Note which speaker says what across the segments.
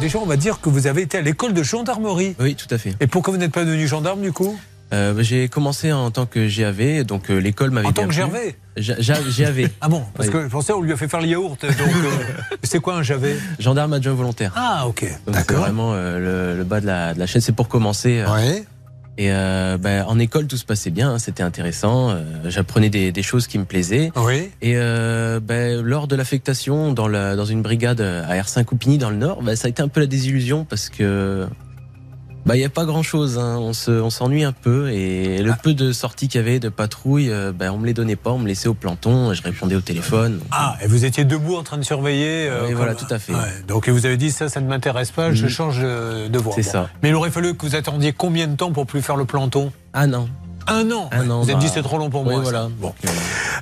Speaker 1: Déjà, on va dire que vous avez été à l'école de gendarmerie.
Speaker 2: Oui, tout à fait.
Speaker 1: Et pourquoi vous n'êtes pas devenu gendarme du coup
Speaker 2: Euh, j'ai commencé en tant que GAV, donc euh, l'école m'avait
Speaker 1: En tant
Speaker 2: bien
Speaker 1: que
Speaker 2: plu.
Speaker 1: Gervais
Speaker 2: Ja- ja- GAV,
Speaker 1: Ah bon Parce
Speaker 2: Oui.
Speaker 1: que je pensais on lui a fait faire le yaourt. Donc, euh, c'est quoi un Gervais
Speaker 2: gendarme adjoint volontaire.
Speaker 1: Ah, ok.
Speaker 2: Donc c'est
Speaker 1: D'accord.
Speaker 2: vraiment euh, le, le bas de la, de la chaîne, c'est pour commencer. euh,
Speaker 3: Ouais.
Speaker 2: Et euh, bah, en école, tout se passait bien, hein, c'était intéressant. euh, J'apprenais des, des choses qui me plaisaient.
Speaker 1: Oui.
Speaker 2: Et euh, bah, lors de l'affectation dans, la, dans une brigade à R5 Coupigny dans le Nord, bah, ça a été un peu la désillusion parce que bah il y a pas grand chose. Hein. On se- on s'ennuie un peu et
Speaker 1: Ah.
Speaker 2: le peu de sorties qu'il y avait de patrouilles, euh, bah, on me les donnait pas, on me laissait au planton, je répondais au téléphone.
Speaker 1: Ah, et vous étiez debout en train de surveiller. euh,
Speaker 2: Oui,
Speaker 1: comme-
Speaker 2: voilà, tout à fait.
Speaker 1: donc vous avez dit ça, ça ne m'intéresse pas, je
Speaker 2: Mhm.
Speaker 1: change euh, de voie.
Speaker 2: C'est
Speaker 1: Bon.
Speaker 2: ça.
Speaker 1: Mais il aurait fallu que vous attendiez combien de temps pour plus faire le planton
Speaker 2: Ah non.
Speaker 1: Un an.
Speaker 2: Un
Speaker 1: Ouais.
Speaker 2: an,
Speaker 1: vous avez
Speaker 2: bah,
Speaker 1: dit c'est trop long pour
Speaker 2: Oui,
Speaker 1: moi. ça.
Speaker 2: voilà.
Speaker 1: Bon.
Speaker 2: Donc, euh,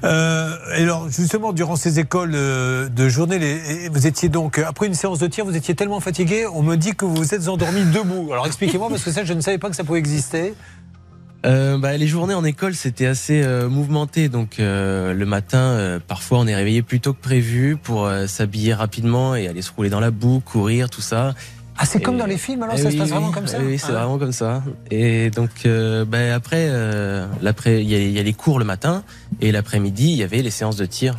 Speaker 1: Euh, et alors justement, durant ces écoles euh, de journée, les- et vous étiez donc euh, après une séance de tir, vous étiez tellement fatigué, on me dit que vous vous êtes endormi debout. Alors expliquez-moi parce que ça, je ne savais pas que ça pouvait exister.
Speaker 2: Euh, bah, les journées en école c'était assez euh, mouvementé donc euh, le matin euh, parfois on est réveillé plus tôt que prévu pour euh, s'habiller rapidement et aller se rouler dans la boue courir tout ça
Speaker 1: Ah, c'est
Speaker 2: Et-
Speaker 1: comme dans les films. Alors
Speaker 2: Eh
Speaker 1: ça se
Speaker 2: oui,
Speaker 1: passe
Speaker 2: oui.
Speaker 1: vraiment comme ça.
Speaker 2: Eh Oui, c'est
Speaker 1: Ah.
Speaker 2: vraiment comme ça. Et donc, euh, ben, après, euh, l'après, il y, a- il y a les cours le matin et l'après-midi, il y avait les séances de tir.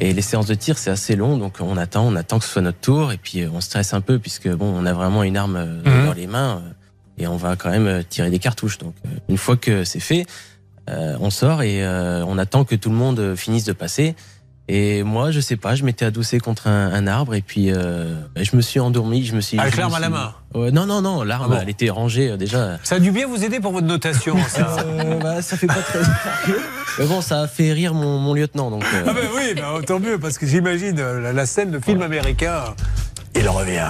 Speaker 2: Et les séances de tir, c'est assez long, donc on attend, on attend que ce soit notre tour, et puis euh, on stresse un peu puisque bon, on a vraiment une arme euh,
Speaker 1: Mhm.
Speaker 2: dans les mains euh, et on va quand même euh, tirer des cartouches. Donc, euh, une fois que c'est fait, euh, on sort et euh, on attend que tout le monde euh, finisse de passer. Et moi, je sais pas, je m'étais adossé contre un, un arbre et puis euh, ben, je me suis endormi, je me suis
Speaker 1: Avec
Speaker 2: je me
Speaker 1: l'arme à la
Speaker 2: suis-
Speaker 1: main.
Speaker 2: Ouais, non, non, non, l'arme,
Speaker 1: Ah bon
Speaker 2: elle était rangée euh, déjà.
Speaker 1: Ça a dû bien vous aider pour votre notation. ça.
Speaker 2: Euh, bah, ça fait pas très sérieux. Mais bon, ça a fait rire mon, mon lieutenant. Donc, euh,
Speaker 1: Ah ben oui, ben, tant mieux, parce que j'imagine euh, la, la scène de film américain. Il revient.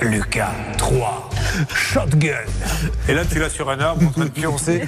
Speaker 1: Lucas 3. Shotgun. Et là, tu l'as sur un arbre en train de pioncer.